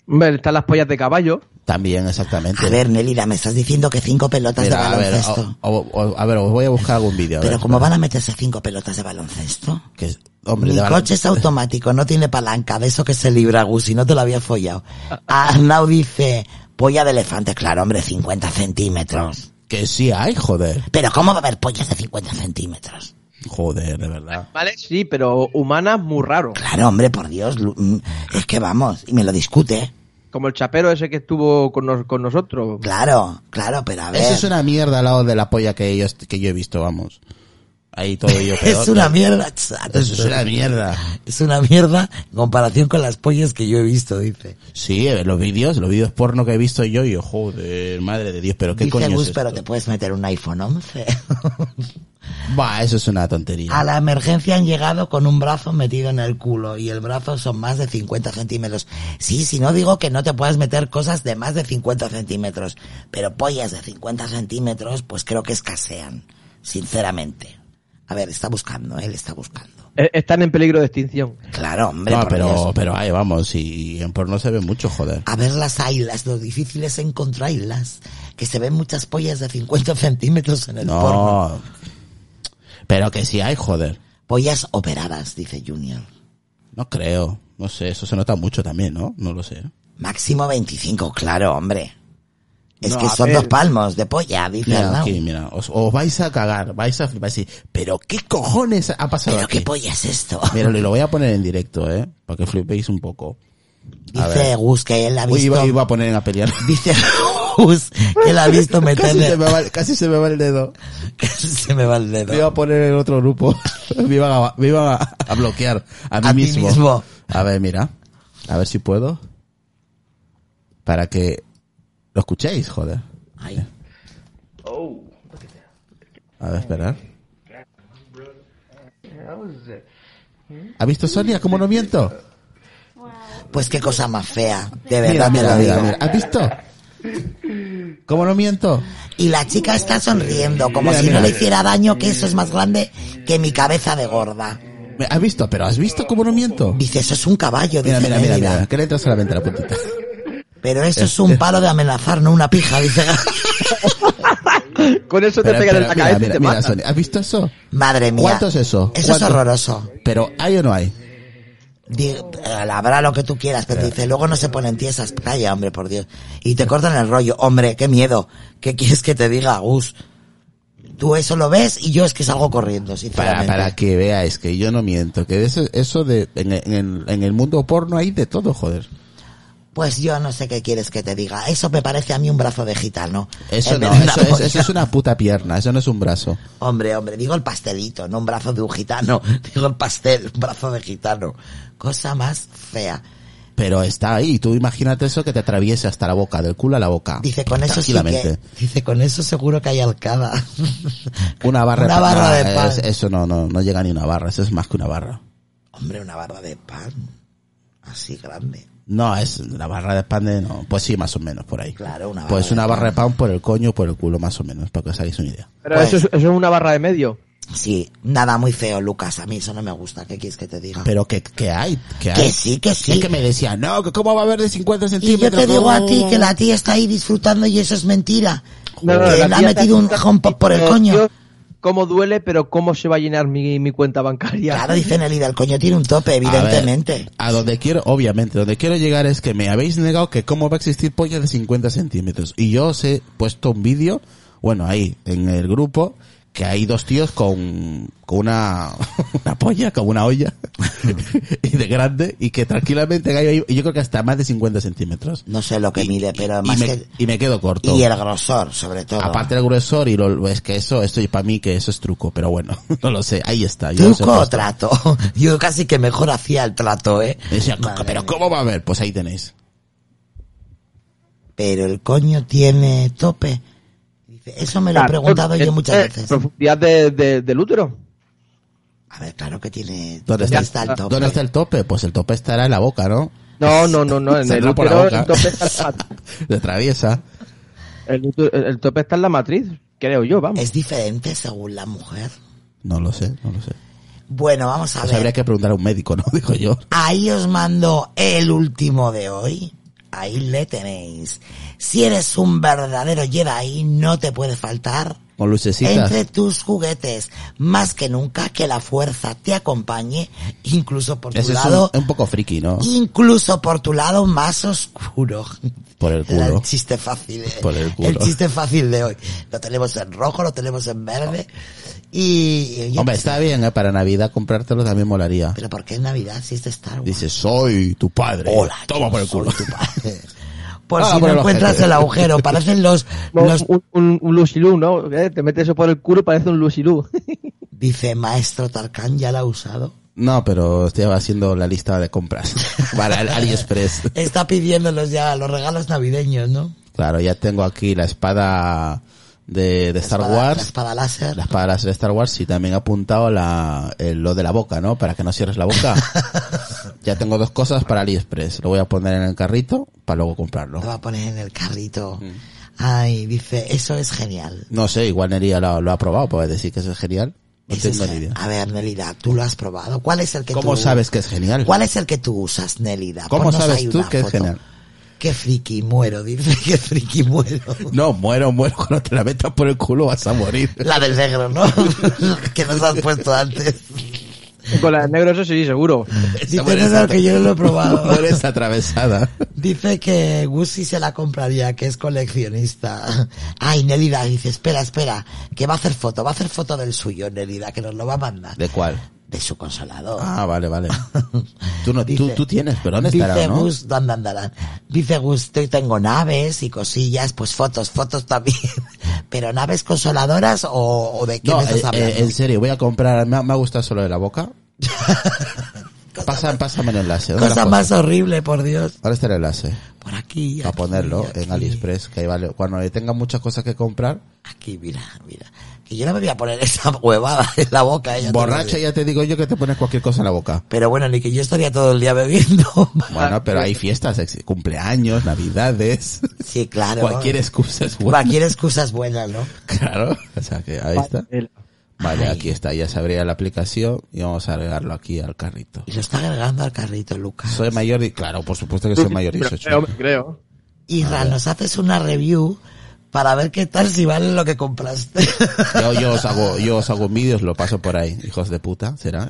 Hombre, están las pollas de caballo.
También, exactamente.
A ver, Nelida, me estás diciendo que cinco pelotas
Mira,
de
a, ver
baloncesto.
o- o- o- a ver, os voy a buscar algún vídeo. a
Pero
ver,
¿cómo
espera.
van a meterse cinco pelotas de baloncesto?
Que, hombre,
Mi
de verdad-
coche es automático, no tiene palanca, de eso que se libra Gus, si no te lo había follado. Arnau dice, polla de elefante, claro, hombre, 50 centímetros.
que sí hay, joder.
Pero ¿cómo va a haber pollas de 50 centímetros?
Joder, de verdad.
Vale, sí, pero humanas muy raro.
Claro, hombre, por Dios, Lu- mm, es que vamos, y me lo discute.
Como el chapero ese que estuvo con, nos- con nosotros.
Claro, claro, pero a ver.
Eso es una mierda al lado de la polla que, ellos, que yo he visto, vamos. Ahí todo yo peor. ¿eh?
Es una mierda, chato.
Eso es una mierda.
Es una mierda en comparación con las pollas que yo he visto, dice.
Sí, eh, los vídeos, los vídeos porno que he visto yo, y yo, joder, madre de Dios, pero qué
dice
coño
Gus,
es
pero te
esto?
puedes meter un iPhone 11.
Bah, eso es una tontería.
A la emergencia han llegado con un brazo metido en el culo y el brazo son más de 50 centímetros. Sí, si no digo que no te puedas meter cosas de más de 50 centímetros, pero pollas de 50 centímetros pues creo que escasean, sinceramente. A ver, está buscando, él está buscando.
Eh, Están en peligro de extinción.
Claro, hombre,
no,
por Dios. Ah,
pero, pero ahí vamos, y en porno se ve mucho, joder.
A ver las ailas, lo difícil es encontrarlas, que se ven muchas pollas de 50 centímetros en el porno.
No. Pero que sí hay, joder.
Pollas operadas, dice Junior.
No creo. No sé, eso se nota mucho también, ¿no? No lo sé.
Máximo 25, claro, hombre. Es
No,
que
a
son
ver.
dos palmos de polla, dice
Mira,
Arnau.
aquí, mira, os, os vais a cagar, vais a flipar así. Pero qué cojones ha pasado
Pero qué
aquí.
polla es esto.
Mira, lo voy a poner en directo, ¿eh? Para que flipéis un poco. a
Dice
ver.
Gus que él ha
Uy,
visto.
iba, iba a poner a pelear.
Dice Gus que él ha visto
casi, se me
meterle.
va, casi se me va el dedo.
Casi se me va el
Me iba
dedo.
a poner en otro grupo. Me iba a, me iba a, a bloquear a mí
A ti
mismo.
mismo.
A ver, mira. A ver si puedo. Para que lo escuchéis, joder.
Ay,
A ver, esperar. ¿Ha visto Sonia cómo no miento?
pues qué cosa más fea, de
Mira,
verdad
mira,
te lo
mira,
digo.
mira. ¿Has visto? ¿Cómo no miento?
Y la chica está sonriendo, como
Mira,
si no
mira.
le hiciera daño, que eso es más grande que mi cabeza de gorda.
¿Me- ¿Has visto? ¿Pero has visto cómo no miento?
Dice, eso es un caballo,
Mira,
dice
mira, mira,
Mérida.
mira. Que le entras solamente la puntita.
Pero eso es un palo de amenazar, no una pija, dice.
Con eso te
Espera,
pegan en
espera,
la cabeza
mira,
y te
mira, mira,
matan.
Sonia, ¿has visto eso?
Madre mía.
¿Cuánto es eso?
Eso
¿Cuánto?
es horroroso.
Pero ¿hay o no hay?
Di- eh, Habrá lo que tú quieras, pero dice, luego no se ponen tiesas. Calla, hombre, por Dios. Y te cortan el rollo. Hombre, qué miedo. ¿Qué quieres que te diga, Gus? Tú eso lo ves y yo es que salgo corriendo,
Para,
sinceramente.
para que veáis que yo no miento, que de eso, eso de, en, el- en el, en el mundo porno hay de todo, joder.
Pues yo no sé qué quieres que te diga. Eso me parece a mí un brazo de gitano.
Eso
En
no,
vez de
eso
una
es,
polla.
eso es una puta pierna, eso no es un brazo.
Hombre, hombre, digo el pastelito, no un brazo de un gitano. Digo el pastel, un brazo de gitano. Cosa más fea.
Pero está ahí, tú imagínate eso que te atraviese hasta la boca, del culo a la boca.
Dice, con eso sí que,
Tranquilamente.
dice, con eso seguro que hay alcada.
Una barra,
Una
pan-
barra
no,
de pan.
es- eso no, no, no llega ni una barra, eso es más que una barra.
Hombre, una barra de pan. Así grande.
No, es la barra de pan de, no, pues sí, más o menos, por ahí.
Claro, una barra
Pues
de
una
pan.
barra de pan por el coño, por el culo, más o menos, para que os hagáis una idea.
Pero
Pues-
eso, es, eso es una barra de medio.
Sí, nada muy feo, Lucas. A mí eso no me gusta. ¿Qué quieres que te diga?
Pero que, que hay, que hay.
que sí, que
Si es
sí.
que me decía, no, que cómo va a haber de 50
Y
centímetros.
yo te digo a
no".
ti que la tía está ahí disfrutando y eso es mentira.
No, no,
que
la
le ha
tía
metido un
está-
home pop por el
Dios,
coño.
Cómo duele, pero cómo se va a llenar mi, mi cuenta bancaria.
Claro, dice Nelly, el coño tiene un tope,
A ver,
evidentemente.
A, donde quiero, obviamente, donde quiero llegar es que me habéis negado que cómo va a existir polla de 50 centímetros. Y yo os he puesto un vídeo, bueno, ahí, en el grupo, que hay dos tíos con, con una, una polla, con una olla, y de grande, y que tranquilamente hay ahí, y yo creo que hasta más de 50 centímetros.
No sé lo que mide, pero
Y
más
me,
que...
y me quedo corto.
Y el grosor, sobre todo.
Aparte del gruesor y lo, es que eso, esto para mí que eso es truco, pero bueno, no lo sé, ahí está. yo os he
Truco o
puesto.
trato. Yo casi que mejor hacía el trato, ¿eh?
Y decía,
Madre
pero
mía.
¿cómo va a haber? Pues ahí tenéis.
Pero el coño tiene tope. Dice, Eso me lo he preguntado yo muchas
Eh,
veces.
Profundidad de, de- del útero.
A ver, claro que tiene.
¿Dónde está,
el tope?
¿Dónde está el tope? Pues el tope estará en la boca, ¿no?
No, no, no, no. En el
Saldrá por la
útero
boca.
el tope, está en la,
De traviesa.
el útero- el- el tope está en la matriz, creo yo, vamos.
Es diferente según la mujer.
No lo sé, no lo sé.
Bueno, vamos a
Pues habría
ver.
que preguntar a un médico, ¿no? Digo yo.
Ahí os mando el último de hoy. Ahí le tenéis. Si eres un verdadero Jedi, no te puede faltar
Con lucecitas.
entre tus juguetes. Más que nunca que la fuerza te acompañe, incluso por tu
Ese es
lado,
un, un poco friki, ¿no?
incluso por tu lado más oscuro.
Por el
Era
culo. Pues
el chiste fácil. eh.
Por el culo.
chiste fácil de hoy. Lo tenemos en rojo, lo tenemos en verde. Y. y-
Hombre, está bien, ¿eh? Para Navidad comprártelo también molaría.
Pero ¿por qué en Navidad si es de Star Wars?
Dice, soy tu padre.
Hola.
Toma por el
yo soy
culo.
tu padre. Por
Ah,
si
por
no
el
encuentras
ojete.
el agujero, parecen los,
Como
los
Un, un, un Lusilú, ¿no? Eh, Te metes eso por el culo y parece un Lusilú.
Dice, maestro Tarkan, ¿ya la ha usado?
No, pero estoy haciendo la lista de compras para el AliExpress.
Está pidiéndolos ya los regalos navideños, ¿no?
Claro, ya tengo aquí la espada de, de Star
Espada-
Wars.
la espada láser.
Las palabras de Star Wars y también he apuntado la, eh, lo de la boca, ¿no? Para que no cierres la boca. ya tengo dos cosas para AliExpress. Lo voy a poner en el carrito para luego comprarlo.
Lo va a poner en el carrito.
Mm.
Ay, dice, eso es genial.
No sé, igual Nería lo, lo ha probado, puedes decir que eso es genial. No
Eso es
tengo ni
gen-
idea.
A ver, Nelida, tú lo has probado. ¿Cuál es el que
¿Cómo
tú-
sabes que es genial?
¿Cuál es el que tú usas, Nelida?
¿Cómo
Ponnos
sabes
ahí
tú
una
que es
foto.
genial?
Qué friki muero, dice, qué friki muero.
No, muero, muero, cuando te la metas por el culo vas a morir.
La del negro, ¿no? que nos has puesto antes.
Con la de negro, eso sí, seguro.
Si
Esta mujer
tienes
es
algo que
atra-
yo no lo he probado.
Mueres atravesada.
Dice que Gucci se la compraría, que es coleccionista. Ay, Nelida dice, espera, espera, que va a hacer foto, va a hacer foto del suyo, Nelida, que nos lo va a mandar.
¿De cuál?
De su consolador.
Ah, vale, vale. Tú, no, tú,
Dice-
tú tienes, pero ¿dónde
dice
estará, no?
Gus, ¿dónde andarán? Dice Gus, "Te- tengo naves y cosillas, pues fotos, fotos también. Pero naves consoladoras o, o de qué
No,
me estás
eh,
hablando?
eh, en serio, voy a comprar. Me ha, me ha gustado solo de la boca. Pasa, pásame el enlace. ¿dónde
Cosa
la
más horrible, por Dios.
¿Dónde está el enlace?
Por aquí.
A
aquí,
ponerlo
aquí.
en AliExpress, que ahí vale. Cuando tenga muchas cosas que comprar,
Aquí, mira, mira. Que yo no me voy a poner esa huevada en la boca. eh, ya te lo
borracha
digo.
ya te digo yo que te pones cualquier cosa en la boca.
Pero bueno, ni que yo estaría todo el día bebiendo.
Bueno, pero hay fiestas, ex- cumpleaños, navidades,
sí, claro.
cualquier excusa es buena.
Cualquier excusa es buena, ¿no?
Claro, o sea que ahí está. Vale,
Ay.
aquí está, ya se abría la aplicación y vamos a agregarlo aquí al carrito.
Y lo está agregando al carrito, Lucas.
Soy mayor y claro, por supuesto que soy mayor de 18.
creo.
Israel, nos haces una review para ver qué tal si vale lo que compraste.
Yo, yo os hago, yo os hago vídeos, lo paso por ahí, hijos de puta, será.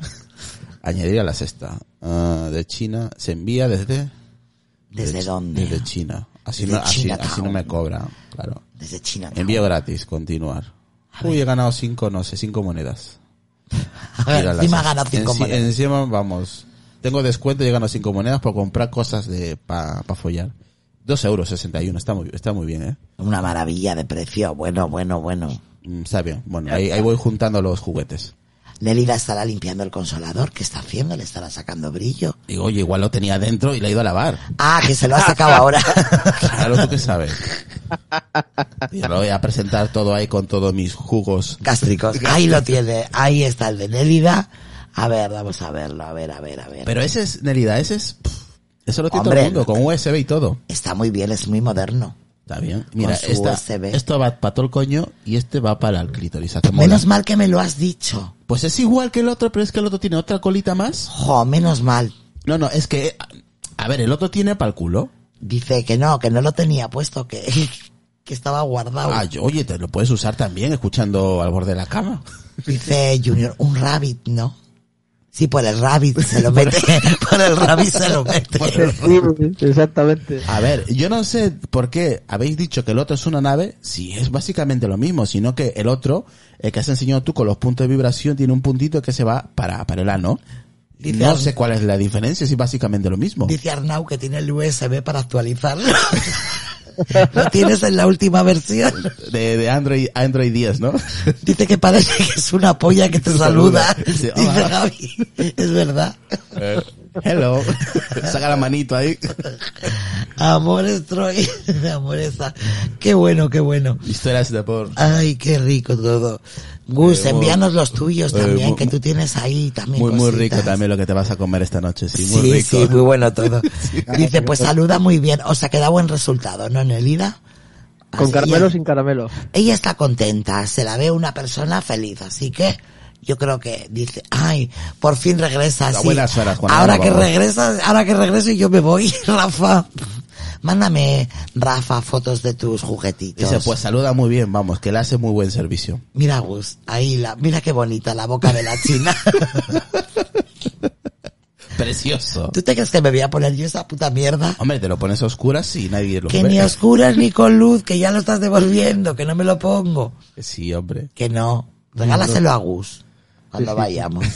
Añadir a la sexta. Ah, de China, se envía desde...
¿Desde
de-
dónde?
Desde China. Así,
Desde
no, así,
Chinatown.
así no me cobra, claro.
Desde China.
Envío gratis, continuar. Uy, he ganado cinco, no sé, cinco monedas.
A ver,
Mira las-
encima gana cinco
enci-
monedas.
Encima, vamos, tengo descuento y he ganado cinco monedas por comprar cosas de para follar. Dos euros sesenta y uno, está muy, está muy bien, eh.
Una maravilla de precio. Bueno, bueno, bueno.
Mm, Está bien, bueno, ahí, ahí voy juntando los juguetes.
Nelida estará limpiando el consolador. ¿Qué está haciendo? Le estará sacando brillo.
Digo, oye, igual lo tenía dentro y le he ido a lavar.
Ah, que se lo ha sacado ahora.
Claro, tú que sabes. Y ahora voy a presentar todo ahí con todos mis jugos.
Gástricos. Ahí lo tiene. Ahí está el de Nelida. A ver, vamos a verlo. A ver, a ver, a ver.
Pero ese es, Nerida, ese es... pff, Eso lo tiene
Hombre.
todo el mundo, con USB y todo.
Está muy bien, es muy moderno.
Está bien. Mira,
su
esta-
USB.
esto va para todo el coño y este va para el clítoris. ¿a qué mola?
Menos mal que me lo has dicho.
Pues es igual que el otro, pero es que el otro tiene otra colita más.
Jo, menos mal.
No, no, es que... A ver, el otro tiene para el culo.
Dice que no, que no lo tenía puesto, que, que estaba guardado.
Ah, yo- oye, te lo puedes usar también escuchando al borde de la cama.
Dice Junior, un rabbit, ¿no? Sí, por el rabbit se lo mete. por el rabbit se lo mete.
exactamente.
A ver, yo no sé por qué habéis dicho que el otro es una nave, si es básicamente lo mismo, sino que el otro, el que has enseñado tú con los puntos de vibración, tiene un puntito que se va para, para el ano.
Dice
no
algo.
sé cuál es la diferencia, si básicamente lo mismo.
Dice Arnau que tiene el USB para actualizarlo. lo tienes en la última versión.
De, de Android, Android 10, ¿no?
Dice que parece que es una polla que te saluda.
Dice,
Dice
"Hola".
Javi, es verdad.
Hello. Saca la manito ahí.
Amores Troy, amoresa. Qué bueno, qué bueno.
Historias de por.
Ay, qué rico todo. Gus,
Eh, muy-
envíanos los tuyos
eh,
también,
muy-
que tú tienes ahí también.
Muy, muy
cositas.
rico también lo que te vas a comer esta noche, sí, muy
sí,
rico.
sí, muy bueno todo. Dice, pues saluda muy bien. O sea, que da buen resultado, ¿no, Nelida?
Con
Así
caramelo o
ella,
sin caramelo.
ella está contenta, se la ve una persona feliz, así que yo creo que dice, ay, por fin regresa.
A
sí.
buenas horas, Juan,
Ahora
ahora
que
vamos.
regresas, ahora que regreso yo me voy, Rafa. Mándame, Rafa, fotos de tus juguetitos.
Dice, pues saluda muy bien, vamos, que le hace muy buen servicio.
Mira, Gus, ahí la, mira qué bonita la boca de la china.
Precioso.
¿Tú te crees que me voy a poner yo esa puta mierda?
Hombre, te lo pones a oscuras y nadie lo
Que
ve.
ni a oscuras ni con luz, que ya lo estás devolviendo, que no me lo pongo.
Sí, hombre.
Que no. Regálaselo a Gus cuando vayamos.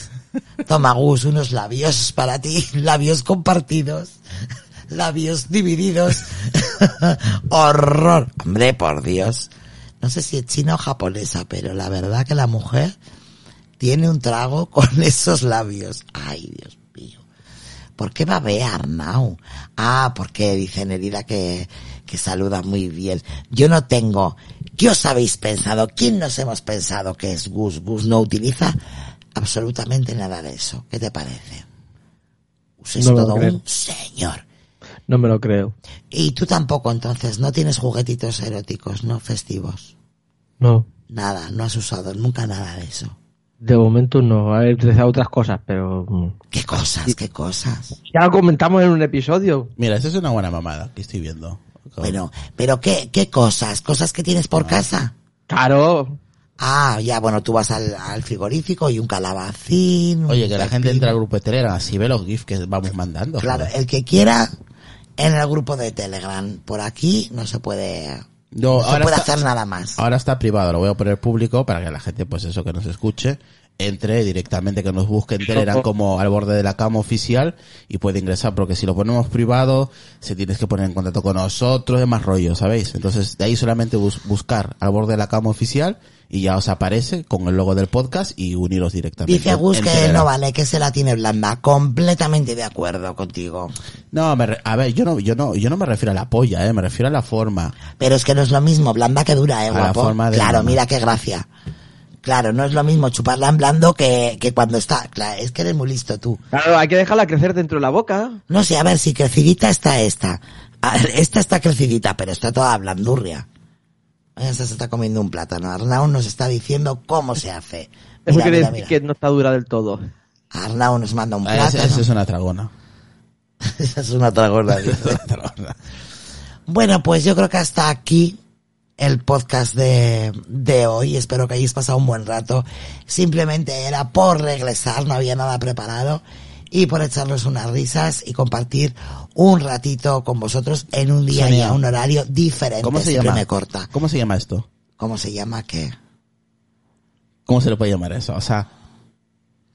Toma, Gus, unos labios para ti, labios compartidos, labios divididos. Horror. Hombre, por Dios. No sé si es china o japonesa, pero la verdad que la mujer tiene un trago con esos labios. Ay, Dios mío. ¿Por qué babea Arnau? Ah, porque dice Nerida que, que saluda muy bien. Yo no tengo. ¿Qué os habéis pensado? ¿Quién nos hemos pensado que es Gus? Gus no utiliza absolutamente nada de eso. ¿Qué te parece? Gus es
No me lo
todo
creo.
un señor.
No me lo creo.
Y tú tampoco, entonces, no tienes juguetitos eróticos, no festivos.
No.
Nada, no has usado nunca nada de eso.
De momento no. He utilizado otras cosas, pero. mm,
Qué cosas, qué cosas.
Ya lo comentamos en un episodio.
Mira, esa es una buena mamada que estoy viendo.
Bueno, pero qué, qué cosas, cosas que tienes
Ah.
por casa.
Claro.
Ah, ya, bueno, tú vas al, al frigorífico y un calabacín. un
Oye, que la gente
pepino.
entra al grupo de Telegram, así ve los GIFs que vamos mandando.
Claro, eh,
joder.
el que quiera en el grupo de Telegram. Por aquí no se puede,
Yo,
no se
Oh, ahora,
puede
está, Ah,
hacer nada más.
ahora está privado, lo voy a poner público para que la gente, pues eso, que nos escuche, entre directamente, que nos busque en Telegram como al borde de la cama oficial y puede ingresar, porque si lo ponemos privado, se tienes que poner en contacto con nosotros, es más rollo, ¿sabéis? Entonces, de ahí solamente bus- buscar al borde de la cama oficial y ya os aparece con el logo del podcast y uniros directamente.
Dice Gus
en
que
Telegram.
no vale, que se la tiene blanda. Completamente de acuerdo contigo.
No, me re- a ver, yo no, yo no, yo no me refiero a la polla, eh, me refiero a la forma.
Pero es que no es lo mismo blanda que dura, eh,
A la
guapo.
forma de
claro,
mamá.
mira qué gracia. Claro, no es lo mismo chuparla en blando que, que cuando está. Claro, es que eres muy listo tú.
Claro, hay que dejarla crecer dentro de la boca.
No sé, a ver, si crecidita está esta. A ver, esta está crecidita, pero está toda blandurria. Esta se está comiendo un plátano. Arnau nos está diciendo cómo se hace.
Eso
Mira,
quiere
mira,
decir
mira.
que no está dura del todo.
Arnau nos manda un
Esa
plátano.
es una tragona.
Esa es una otra gorda, dice. Bueno, pues yo creo que hasta aquí el podcast de, de hoy. Espero que hayáis pasado un buen rato. Simplemente era por regresar, no había nada preparado. Y por echarnos unas risas y compartir un ratito con vosotros en un día y
Sonia,
a un horario diferente.
¿Cómo se
Siempre
llama?
Este me corta.
¿Cómo se llama esto?
¿Cómo se llama qué?
¿Cómo se le puede llamar eso? O sea,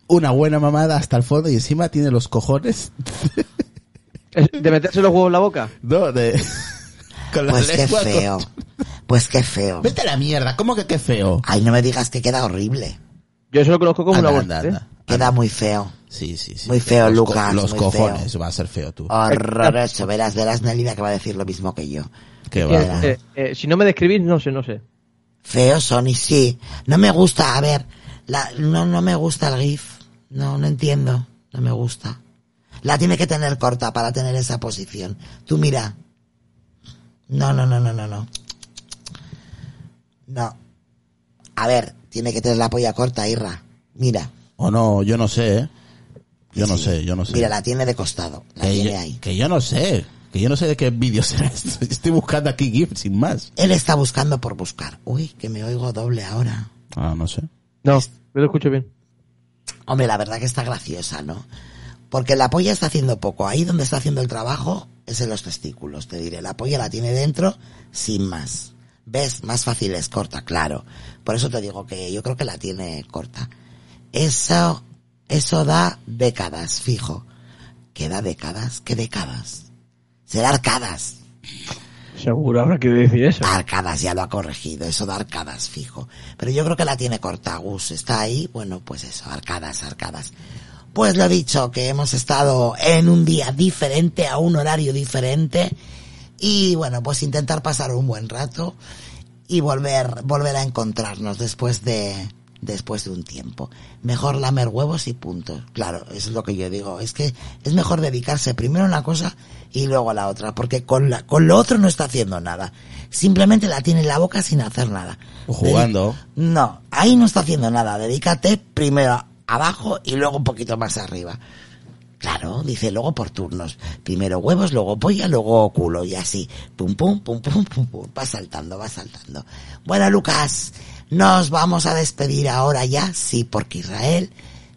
una buena mamada hasta el fondo y encima tiene los cojones
Es De meterse los huevos en la boca.
¿no? de con la
Pues qué
lengua con-
feo. Pues qué feo.
Vete a la mierda, ¿cómo que qué feo?
Ay, no me digas que queda horrible.
Yo eso lo conozco como
Anda,
una
anda,
bolsa. ¿eh?
anda.
Queda muy feo.
Sí, sí, sí.
Muy feo, Oh,
Los co-
Lucas,
Los
muy
cojones, va a ser feo tú.
Horroroso. Verás, verás, Nelida que va a decir lo mismo que yo.
Qué
Eh,
va.
eh, eh, si no me describís, no sé, no sé.
Feo Sony, sí. No me gusta, a ver, la- no, no me gusta el GIF. No, no entiendo. No me gusta. La tiene que tener corta para tener esa posición. Tú mira. No, no, no, no, no, no. No. A ver, tiene que tener la polla corta, Irra. Mira.
O no, yo no sé, ¿eh? Yo no
Sí.
sé, yo no sé.
Mira, la tiene de costado. La
que,
tiene
yo,
ahí.
que yo no sé. Que yo no sé de qué vídeo será esto. Estoy buscando aquí GIF sin más.
Él está buscando por buscar. Uy, que me oigo doble ahora.
Ah, no sé.
No, yo lo escucho bien.
Hombre, la verdad que está graciosa, ¿no? Porque la polla está haciendo poco. Ahí donde está haciendo el trabajo es en los testículos, te diré. La polla la tiene dentro sin más. ¿Ves? Más fácil es corta, claro. Por eso te digo que yo creo que la tiene corta. Eso, eso da décadas, fijo. ¿Qué da décadas? ¿Qué décadas? Será arcadas.
Seguro habrá que decir eso. ¿eh?
Ah.
Arcadas, ya lo ha corregido, eso de arcadas, fijo. Pero yo creo que la tiene corta Gus, está ahí, bueno, pues eso, arcadas, arcadas. Pues lo dicho, que hemos estado en un día diferente, a un horario diferente, y bueno, pues intentar pasar un buen rato y volver, volver a encontrarnos después de, después de un tiempo. Mejor lamer huevos y punto. Claro, eso es lo que yo digo. Es que es mejor dedicarse primero a una cosa y luego a la otra, porque con la, con lo otro no está haciendo nada. Simplemente la tiene en la boca sin hacer nada.
O jugando.
No, ahí no está haciendo nada. Dedícate primero abajo y luego un poquito más arriba. Claro, dice luego por turnos. Primero huevos, luego polla, luego culo y así. Pum, pum, pum, pum, pum, pum. Va saltando, va saltando. Bueno, Lucas, nos vamos a despedir ahora ya, sí, porque Israel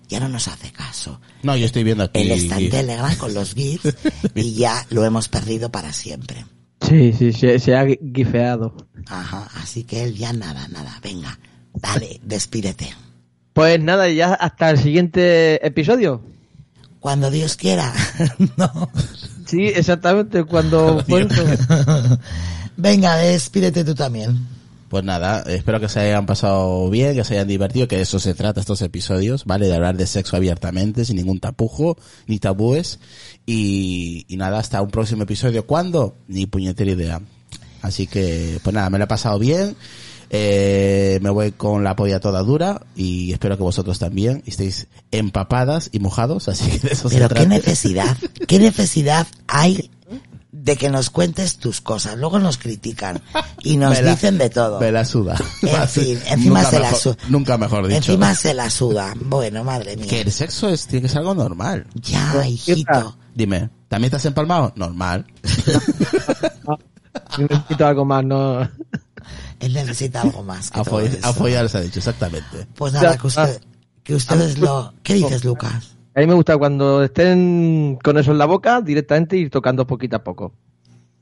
ya no nos hace caso.
No, yo estoy viendo aquí.
Él está en
GIF.
Telegram con los GIFs y ya lo hemos perdido para siempre.
Sí, sí, se, se ha gui- gifeado.
Ajá, así que él ya nada, nada. Venga, dale, despídete.
Pues nada, ya hasta el siguiente episodio.
Cuando Dios quiera. no.
Sí, exactamente, cuando... bueno,
Venga, despídete tú también.
Pues nada, espero que se hayan pasado bien, que se hayan divertido, que de eso se trata estos episodios, ¿vale? De hablar de sexo abiertamente, sin ningún tapujo, ni tabúes. Y, y nada, hasta un próximo episodio. ¿Cuándo? Ni puñetera idea. Así que, pues nada, me lo he pasado bien. Eh, me voy con la polla toda dura y espero que vosotros también estéis empapadas y mojados, así que de eso se
Pero
trata.
qué necesidad, qué necesidad hay de que nos cuentes tus cosas. Luego nos critican y nos
Me la-
dicen de todo.
Me la suda.
En fin, encima
Nunca
se la
mejor-
suda.
Nunca mejor dicho.
Encima se la suda. Bueno, madre mía.
Que el sexo es, tiene que ser algo normal.
Ya, hijito.
Dime, ¿también estás empalmado? Normal.
Yo necesito algo más, no.
Él necesita algo más. que
A
todo
follar,
eso.
a follar se ha dicho, exactamente.
Pues nada, que,
Ya.
usted- que ustedes lo... ¿Qué dices, Lucas?
A mí me gusta cuando estén con eso en la boca, directamente ir tocando poquito a poco.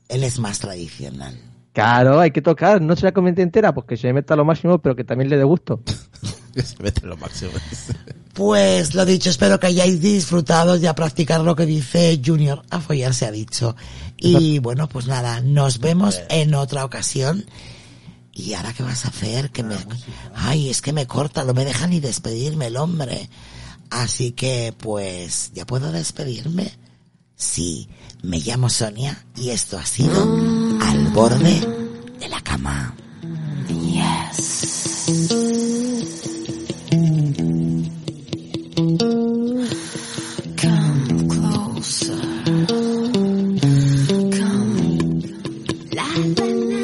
Él es más tradicional.
Claro, hay que tocar, no se la comente entera, porque se meta lo máximo, pero que también le dé gusto.
Que se mete lo máximo.
Pues lo dicho, espero que hayáis disfrutado y a practicar lo que dice Junior. A follar se ha dicho. Y bueno, pues nada, nos vemos en otra ocasión. ¿Y ahora qué vas a hacer? Que me... Ay, es que me corta, no me deja ni despedirme el hombre. Así que pues, ¿ya puedo despedirme? Sí, me llamo Sonia y esto ha sido Al borde de la cama.
Come closer. Come. La, la, la.